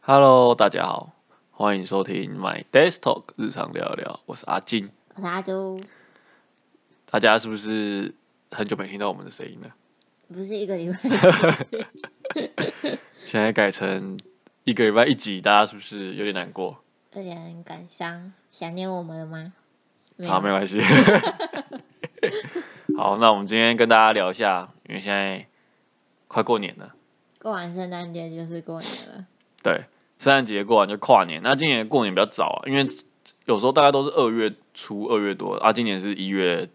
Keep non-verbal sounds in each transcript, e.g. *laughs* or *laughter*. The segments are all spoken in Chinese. Hello，大家好，欢迎收听 My Desk Talk 日常聊一聊，我是阿金。我是阿朱，大家是不是很久没听到我们的声音了？不是一个礼拜现在改成一个礼拜一集，大家是不是有点难过？有点感伤，想念我们了吗？没好，没关系。 *laughs* 好，那我们今天跟大家聊一下，因为现在快过年了，过完圣诞节就是过年了，对，圣诞节过完就跨年。那今年过年比较早啊，因为有时候大概都是二月初、二月多，啊，今年是一月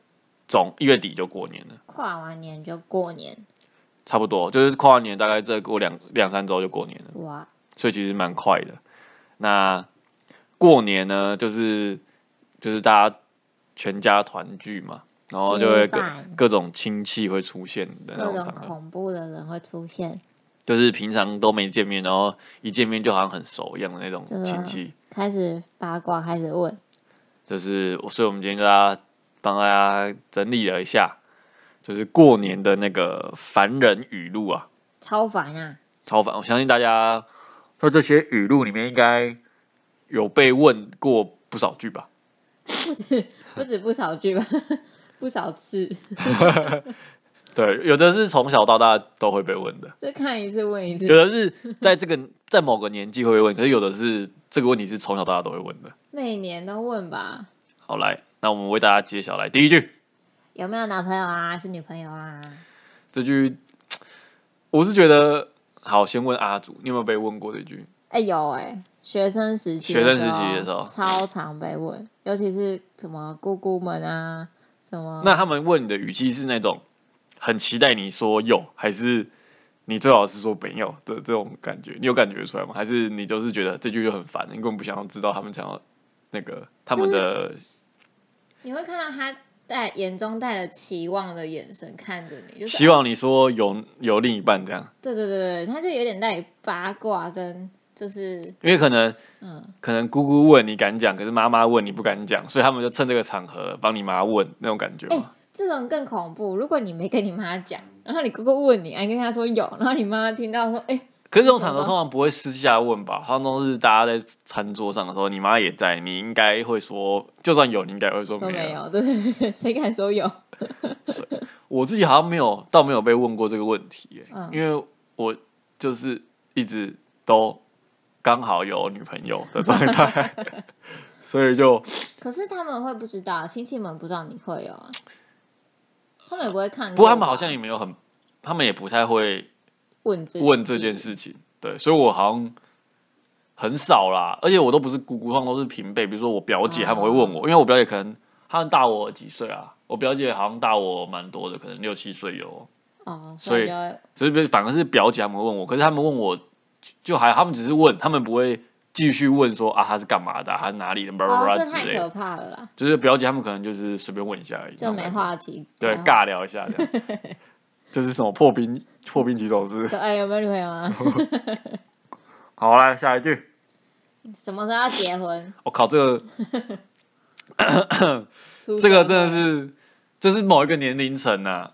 中、一月底就过年了。跨完年就过年，差不多，就是跨完年大概再过两两三周就过年了，哇，所以其实蛮快的。那过年呢，就是就是大家全家团聚嘛，然后就会吃各饭各种亲戚会出现的那各种种场合，恐怖的人会出现，就是平常都没见面，然后一见面就好像很熟一样的那种真的亲戚。开始八卦，开始问，就是，所以我们今天跟大家帮大家整理了一下，就是过年的那个凡人语录啊。超烦啊！超凡，我相信大家在这些语录里面应该有被问过不少句吧？不止不止不少句吧， *laughs* 不少次，对，有的是从小到大都会被问的，就看一次问一次有。的是在这个 *laughs* 在某个年纪会被问，可是有的是这个问题是从小到大都会问的。每年都问吧，好，来，那我们为大家揭晓来第一句，有没有男朋友啊？是女朋友啊？这句我是觉得好，先问阿祖，你有没有被问过这句？哎、有哎、学生时期的学生时期的时候超常被问，尤其是什么姑姑们啊，什么那他们问你的语气是那种很期待你说有，还是你最好是说没有的这种感觉？你有感觉出来吗？还是你就是觉得这句就很烦，你根本不想要知道他们想要那个他们的你会看到他带眼中带着期望的眼神看着你，就是希望你说有有另一半这样，对对对对，他就有点带八卦跟就是因为可能嗯，可能姑姑问你敢讲，可是妈妈问你不敢讲，所以他们就趁这个场合帮你妈问那种感觉哎、嘛。这种更恐怖。如果你没跟你妈讲，然后你姑姑问你，啊，你跟她说有，然后你妈听到说哎、可是这种场合通常不会私下问吧，通常都是大家在餐桌上的时候，你妈也在，你应该会说，就算有，你应该会说说没没有。啊有，对对对， *laughs* 谁敢说有？我自己好像没有，倒没有被问过这个问题耶、嗯因为我就是一直都刚好有女朋友的状态，所以就可是他们会不知道，亲戚们不知道你会有啊，他们也不会看过吧。不过他们好像也没有很，他们也不太会问这问这件，事情，对，所以我好像很少啦，而且我都不是姑姑，他们都是平辈，比如说我表姐哦他们会问我，因为我表姐可能他们大我几岁啊，我表姐好像大我蛮多的，可能六七岁有哦，哦，所所以以就会所以反而是表姐他们问我，可是他们问我就还好他们只是问，他们不会继续问说啊他是干嘛的、啊，他哪里的，叭叭哦，叭这之太类可的。怕了啦，就是表姐他们可能就是随便问一下而已，就没话题。嗯对然后尬聊一下这样。 *laughs* 这是什么破冰破冰骑手是？说哎，有没有女朋友啊？ *laughs* 好来下一句，什么时候要结婚？我、哦靠，这个出这个社真的会是这是某一个年龄层呐，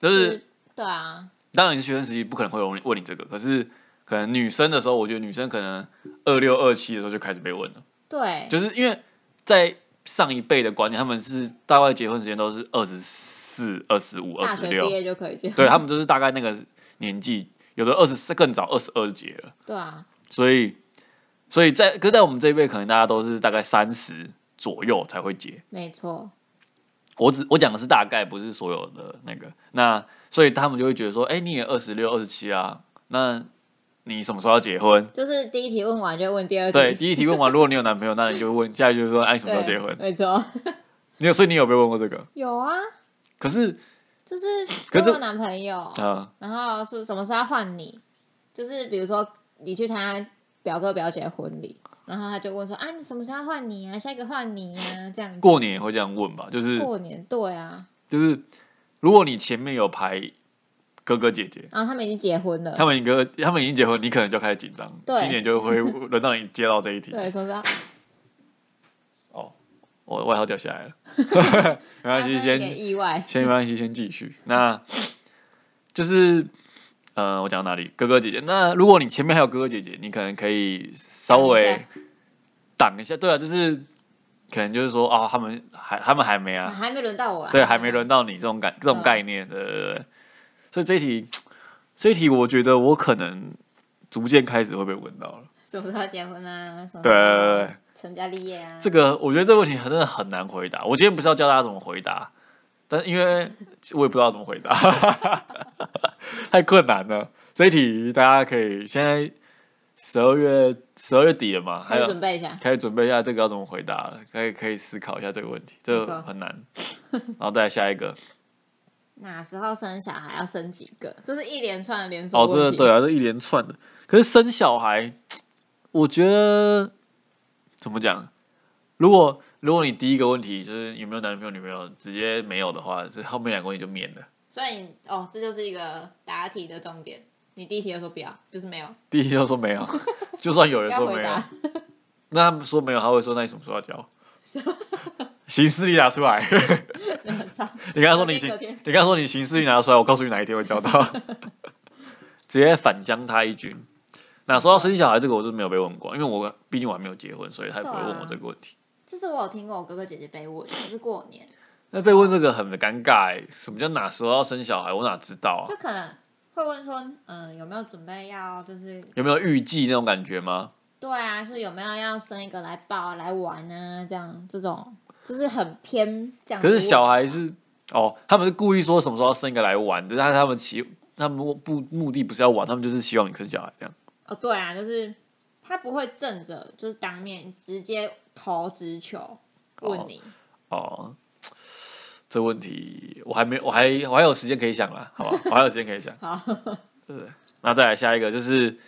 就是对啊，当然，学生时期不可能会问问你这个，可是可能女生的时候，我觉得女生可能二六二七的时候就开始被问了。对，就是因为在上一辈的观念，他们是大概结婚时间都是二十四、二十五、二大十学毕六，业就可以结婚。对他们就是大概那个年纪，有的二十四更早，二十二结了，对啊，所以所以在可是在我们这一辈，可能大家都是大概三十左右才会结。没错，我只我讲的是大概，不是所有的那个。那所以他们就会觉得说，哎、你也二十六、二十七啊，那你什么时候要结婚？就是第一题问完就问第二题。对，第一题问完，如果你有男朋友，那你就问，下一句就说，哎、你什么对，时候结婚？没错，你有，所以你有被问过这个？有啊，可是，就是可是跟我男朋友，呃，然后是什么时候要换你？就是比如说你去参加表哥表姐的婚礼，然后他就问说啊，你什么时候要换你啊？下一个换你啊，这样子。过年也会这样问吧，就是过年对啊，就是，如果你前面有排哥哥姐姐，然后他们已经结婚了，他们哥他们已经结婚，你可能就开始紧张，对今年就会轮到你接到这一题。对，说是啊要哦，我外号掉下来了，没发关生系，一点先意外，先没关系，先继续。那就是呃，我讲到哪里？哥哥姐姐。那如果你前面还有哥哥姐姐，你可能可以稍挡一微下挡一下。对啊，就是可能就是说啊、他们还他们还没啊啊，还没轮到我啦。对，还没轮到你这种感这嗯种概念，对对对。所以这一题，这一题我觉得我可能逐渐开始会被问到了。什么时候结婚啊？什么时候对对对对成家立业啊？这个我觉得这个问题真的很难回答。我今天不是要教大家怎么回答，但因为我也不知道怎么回答， *laughs* 太困难了。这一题大家可以现在十二月十二月底了嘛，还可以有准备一下。可以准备一下这个要怎么回答了，可以可以思考一下这个问题，这没错个很难。然后再来下一个，哪时候生小孩要生几个？这是一连串的连锁哦，这问个题。对啊，这一连串的。可是生小孩，我觉得怎么讲？如果如果你第一个问题就是有没有男朋友、女朋友，直接没有的话，这后面两个问题就免了。所以你哦，这就是一个答题的重点。你第一题就说不要，就是没有，第一就说 *laughs* 没有，就算有不人要说回没有答，。那他们说没有，他会说那你什么时候要交什么？ *laughs* 行事历拿出来， *laughs* 很差。你刚才说你隔天行隔天，你刚才说你行事历拿出来，我告诉你哪一天会交 *laughs* 到，直接反将他一军。那说到生小孩这个，我是没有被问过，因为我毕竟我还没有结婚，所以他也不会问我这个问题。就是我有听过我哥哥姐姐被问，就是过年，那被问这个很尴尬、欸，什么叫哪时候要生小孩？我哪知道啊就？可能会问说，嗯、有没有准备要就是有没有预计那种感觉吗？对啊，是有没有要生一个来抱来玩啊？这样这种就是很偏这样。可是小孩，是哦，他们是故意说什么时候要生一个来玩的，但是他们其他们不目的不是要玩，他们就是希望你生小孩这样。哦，对啊，就是他不会正着，就是当面直接投直球问你。哦，这问题我还没，我还我还有时间可以想啦，好吧，我还有时间可以想，好， *laughs* 对不对？那再来下一个就是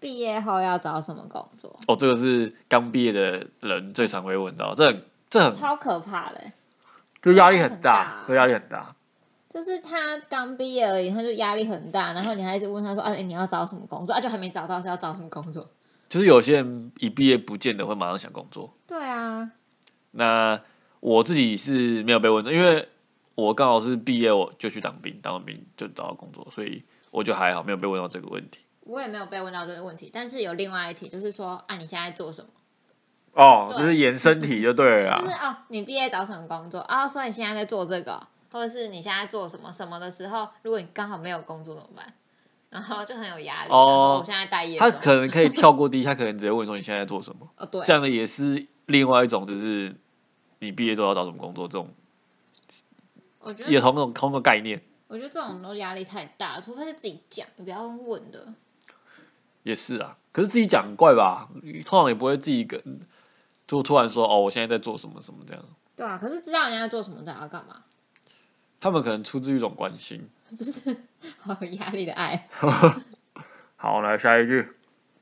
毕业后要找什么工作？哦，这个是刚毕业的人最常会问到，这很这很超可怕的欸、就压力压力很很大大，这压力很大。就是他刚毕业而已，他就压力很大，然后你还一直问他说：“啊，你要找什么工作？啊，就还没找到是要找什么工作就是有些人一毕业不见得会马上想工作。？”对啊，那我自己是没有被问的，因为我刚好是毕业我就去当兵，当完兵就找到工作，所以我就还好，没有被问到这个问题。我也没有被问到这个问题，但是有另外一题，就是说啊，你现在做什么？哦，对就是延伸题就对了啦就。是哦，你毕业找什么工作啊、哦？所以现在在做这个，或者是你现在做什么什么的时候，如果你刚好没有工作怎么办？然后就很有压力。哦他说我现在待业他中。可能可以跳过第一，他可能直接问说你现在在做什么，哦，对，这样的也是另外一种，就是你毕业之后要找什么工作，这种我觉也得同种同个概念，我觉得这种都压力太大，除非是自己讲，你不要用问的。也是啊。可是自己讲很怪吧，通常也不会自己跟就突然说哦，我现在在做什么什么这样。对啊，可是知道人家在做什么，知道要干嘛， *laughs* 他们可能出自于一种关心。就是好有压力的爱。好，来下一句。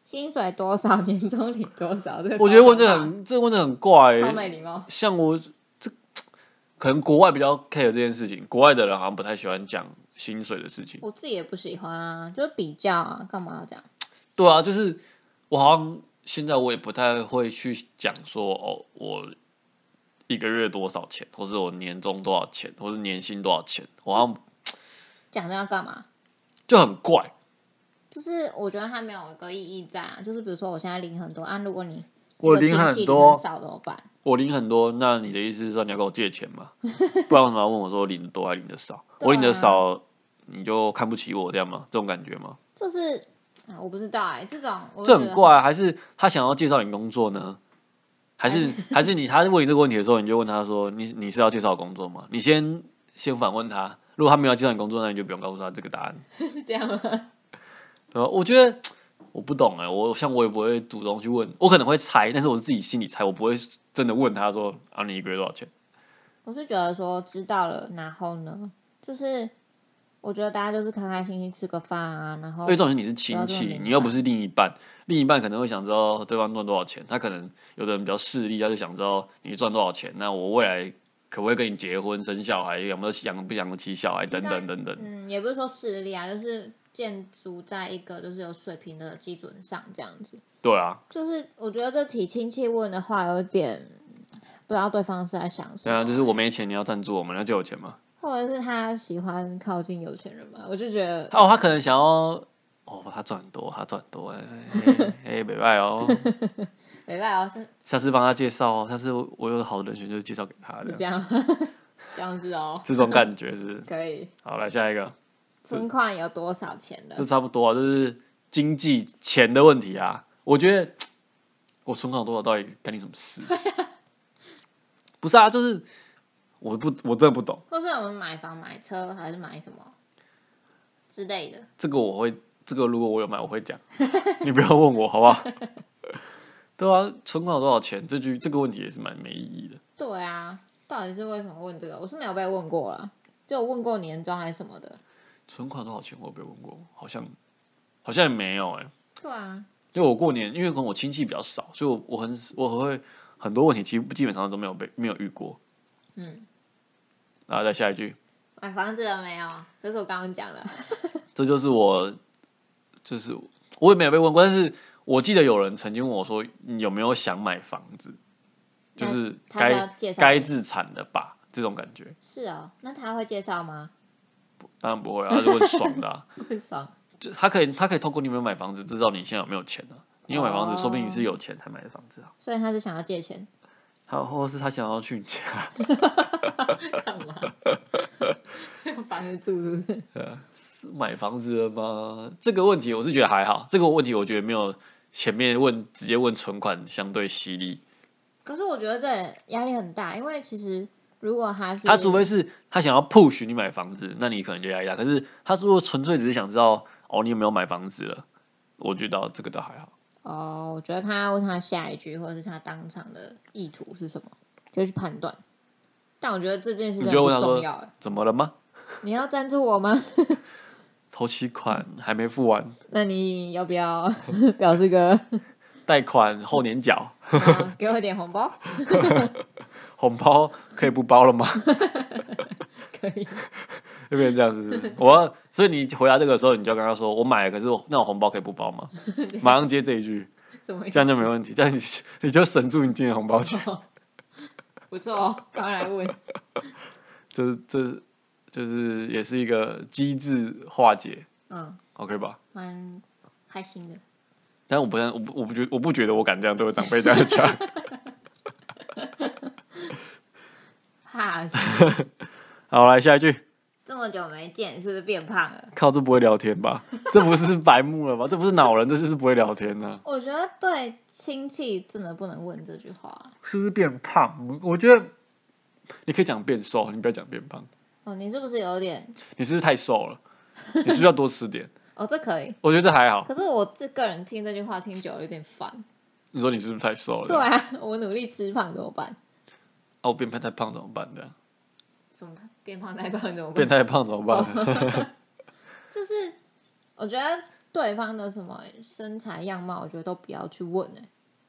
薪水多少？ *laughs* 年终领多少？这个我觉得问这超个可很，这个问的很怪、怕超没欸。礼貌。像我这，可能国外比较 care 这件事情，国外的人好像不太喜欢讲薪水的事情。我自己也不喜欢啊，就是比较啊，干嘛要这样？对啊，就是我好像现在我也不太会去讲说哦，我一个月多少钱，或是我年终多少钱，或是年薪多少钱，我好像讲这要干嘛？就很怪。就是我觉得它没有一个意义在啊，就是比如说我现在领很多啊，如果你我一个领亲很戚多少怎么办？我领很多，那你的意思是说你要跟我借钱吗？不然为什么要问我说我领的多还领的少？ *laughs* 对啊我领的少，你就看不起我这样吗？这种感觉吗？就是啊，我不知道哎、这种我这就觉很得怪、啊，还是他想要介绍你工作呢？还是还是你他问你这个问题的时候，你就问他说你你是要介绍我工作吗？你先先反问他，如果他没有介绍你工作，那你就不用告诉他这个答案。 *laughs* 是这样吗？对吧？我觉得我不懂哎、我像我也不会主动去问，我可能会猜，但是我是自己心里猜，我不会真的问他说啊你一个月多少钱？我是觉得说知道了，然后呢，就是我觉得大家就是开开心心吃个饭啊，然后因为重点是你是亲不要这么戚，敏你又感不是另一半，另一半可能会想知道对方赚多少钱，他可能有的人比较势利，他就想知道你赚多少钱，那我未来可不可以跟你结婚、生小孩，养不养不养得起小孩等等等等。嗯，也不是说势力啊，就是建筑在一个就是有水平的基准上这样子。对啊，就是我觉得这题亲戚问的话有点不知道对方是在想什对么、啊，就是我没钱，你要赞助我们，那就有钱嘛。或者是他喜欢靠近有钱人嘛？我就觉得哦，他可能想要哦，他赚很多，他赚很多，哎、哎，没、办法哦，没办法，是下次帮他介绍哦，下次我我有好的人选就介绍给他是的，这样，这样子哦，这种感觉是不是。可以。好，来下一个，存款有多少钱了这？差不多啊，就是经济钱的问题啊。我觉得我存款有多少到底干你什么事？ *laughs* 不是啊，就是我不我真的不懂或是我们买房、买车，还是买什么之类的？这个，我会这个如果我有买我会讲，你不要问我好不好？ *laughs* 对啊，存款有多少钱？这句这个问题也是蛮没意义的。对啊，到底是为什么问这个？我是没有被问过啦，就有问过年终还是什么的。存款多少钱？我有被问过，好像好像也没有哎、对啊，因为我过年，因为可能我亲戚比较少，所以我我很我会很多问题，其实基本上都没有被没有遇过。嗯，然后再下一句，买房子了没有？这是我刚刚讲的。这就是我，就是我也没有被问过，但是我记得有人曾经问我说，你有没有想买房子？就那是他是要该介绍该你自产的吧，这种感觉。是哦，那他会介绍 *laughs* 吗？当然不会啊，他是问爽的、啊，很爽。就他可以他可以透过你有没有买房子，知道你现在有没有钱啊。你有买房子，说不定你是有钱才买的房子啊。所以他是想要借钱他或者是他想要去你家，干 *laughs* 嘛？有房子住是不是？是买房子了吗？这个问题我是觉得还好，这个问题我觉得没有前面问直接问存款相对犀利。可是我觉得这压力很大，因为其实如果他是他除非是他想要 push 你买房子，那你可能就压一压。可是他如果纯粹只是想知道哦，你有没有买房子了，我觉得这个倒还好。哦，我觉得他要问他下一句，或者是他当场的意图是什么，就去判断。但我觉得这件事你真的就问不他重说要欸。怎么了吗？你要赞助我吗？ *laughs* 头期款还没付完，那你要不要 *laughs* 表示 *laughs* 个、贷款后年缴，啊给我点红包？红包可以不包了吗？ *laughs* 可以。就变成这样子是不是。我要，所以你回答这个的时候，你就要跟他说我买了，可是我那我红包可以不包吗？马上接这一句，什么意这思？哦样就没问题。这样你你就省住你今年红包钱。不错哦，刚来问。这这就是也是一个机制化解嗯， ，OK 吧？蛮开心的。但我不但我不我不觉我不觉得我敢这样对我长辈这样讲。 *laughs* 怕死好，来下一句，这么久没见，是不是变胖了？靠，这不会聊天吧？这不是白目了吧？这不是恼人，这就是不会聊天啊呢、我觉得对亲戚真的不能问这句话。是不是变胖？我我觉得你可以讲变瘦，你不要讲变胖。哦，你是不是有点？你是不是太瘦了？你是不是要多吃点？哦，这可以。我觉得这还好。可是我这个人听这句话听久了有点烦。你说你是不是太瘦了？对啊， *laughs* 我努力吃胖怎么办？哦，我变太胖怎么办？这样怎么办变胖太胖怎么变办？太胖怎么办？就是我觉得对方的什么身材样貌，我觉得都不要去问哎、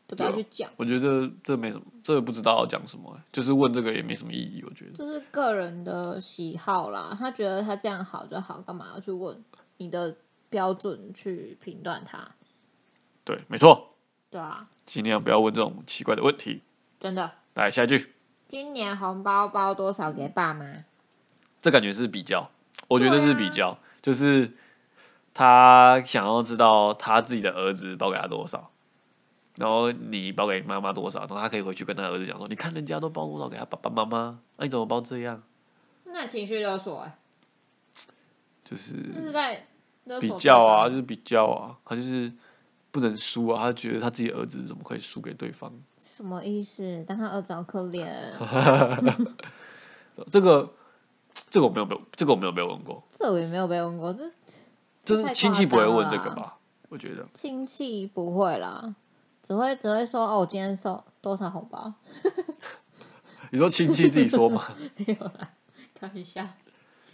都不要去讲， *laughs* 我觉得这这没什么，这不知道要讲什么、欸就是问这个也没什么意义。我觉得就是个人的喜好啦。他觉得他这样好就好，干嘛要去问你的标准去评断他？对，没错，对啊，尽量不要问这种奇怪的问题。真的，来下一句。今年红包包多少给爸妈？这感觉是比较，我觉对得啊是比较，就是他想要知道他自己的儿子包给他多少，然后你包给妈妈多少，然后他可以回去跟他儿子讲说，你看人家都包多少给他爸爸妈妈，那、你怎么包这样？那情绪勒索哎、就欸，就是是在勒比索较对啊，方就是比较啊，他就是不能输啊，他觉得他自己儿子怎么可以输给对方？ *laughs* 什么意思？当他儿子好可怜，这个这个我没有被这个我没有被问过，这我也没有被问过，这就是太夸亲戚不会张了问这个啊吧？我觉得亲戚不会啦，只会只会说哦，我今天收多少红包？你说亲戚自己说嘛，没有啦，开玩笑。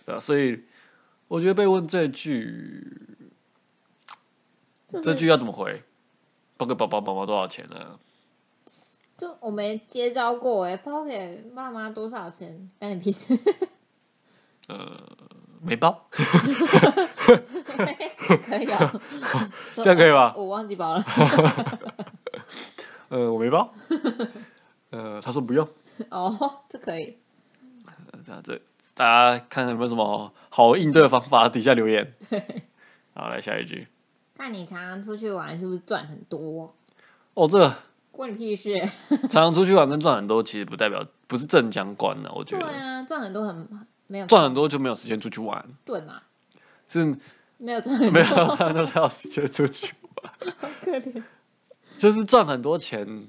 对啊，所以我觉得被问这句，就这句是要怎么回？包给爸爸妈妈多少钱呢、就我没接招过哎、包给爸妈多少钱？干你 *laughs* 屁事！呃，没包，可以哦，*laughs* 说这样可以吧呃我忘记包了。 *laughs* 呃，我没包，呃，他说不用，呃哦，这可以。这样这大家看看有没有什么好应对的方法，底下留 *laughs* 言。好，来下一句。看你常常出去玩是不是赚很多？哦，这个关你屁事！常常出去玩跟赚很多其实不代表不是正相关的，我觉对得啊，赚很多很没有赚很多就没有时间出去玩，对嘛，是没没有赚很有 *laughs* 多，赚很多才有时间出去玩，好可怜。就是赚很多钱，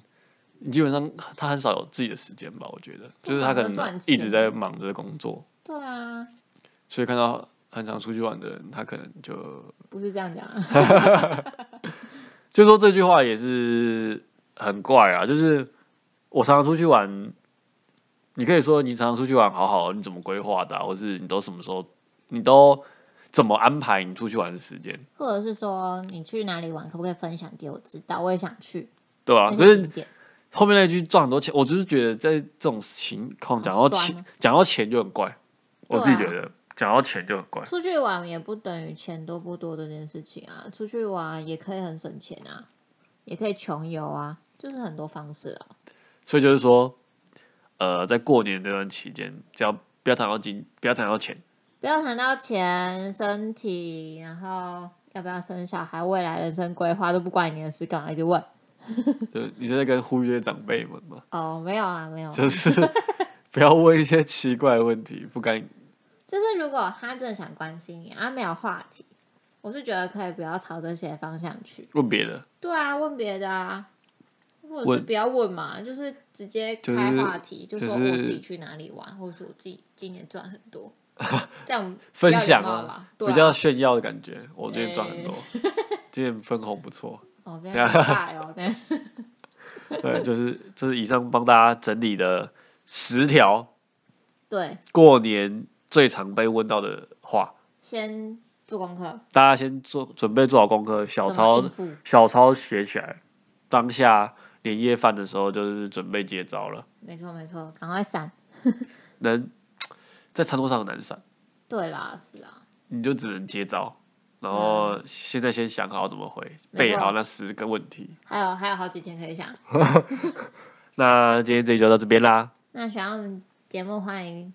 基本上他很少有自己的时间吧，我觉得就是他可不忙着能赚一直钱啊在忙着工作，对啊，所以看到很常出去玩的人，他可能就不是这样讲啊， *laughs* 就说这句话也是很怪啊，就是我常常出去玩，你可以说你常常出去玩，好好，你怎么规划的啊、或是你都什么时候，你都怎么安排你出去玩的时间，或者是说你去哪里玩，可不可以分享给我知道？我也想去对吧、那啊可些是景点。后面那句赚很多钱，我就是觉得在这种情况讲到好酸钱啊，讲到钱就很怪，我对自己啊觉得讲到钱就很怪。出去玩也不等于钱多不多这件事情啊，出去玩也可以很省钱啊，也可以穷游啊，就是很多方式啊。所以就是说，呃，在过年这段期间，只要不要谈到金，不要谈到钱，不要谈到钱、身体，然后要不要生小孩、未来人生规划都不关你的事，干嘛一直问？就是你在跟呼吁这些长辈们嘛。哦，没有啊，没有啊。就是 *laughs* 不要问一些奇怪的问题，不该就是如果他真的想关心你，啊他没有话题，我是觉得可以不要朝这些方向去。问别的，对啊，问别的啊，或者是问不要问嘛，就是直接开话题，就就是说就是我自己去哪里玩，或者是我自己今年赚很 *laughs* 多，这样比较分礼享貌啊吧，，对啊哎比较炫耀的感觉。我最近赚很多， *laughs* 今天分红不错。哦，这样 *laughs* 很大哦，对，对，就是这是以上帮大家整理的十条对，过年最常被问到的话，先做功课，大家先做准备做好功课，小怎么抄应付？小抄写起来，当下年夜饭的时候就是准备接招了，没错没错，赶快闪。能在餐桌上很难闪。对啦，是啊，你就只能接招，然是啊后现在先想好怎么回，没备错好那十个问题。还有还有好几天可以想。那今天这集就到这边啦，那喜欢我们节目，欢迎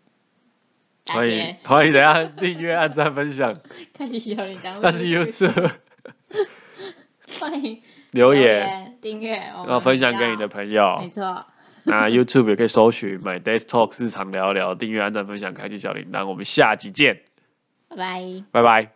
打欢迎劫， *laughs* 欢迎大家订阅、按赞、分 *laughs* 享，开始有你刚，那是 YouTube 欢迎留言，言、订阅，然然后分享给你的朋友没。错， *laughs* 那 YouTube 也可以搜寻 My Desk Talk 日常聊聊，订阅、按赞、分享、开启小铃铛。我们下集见，拜拜。拜拜。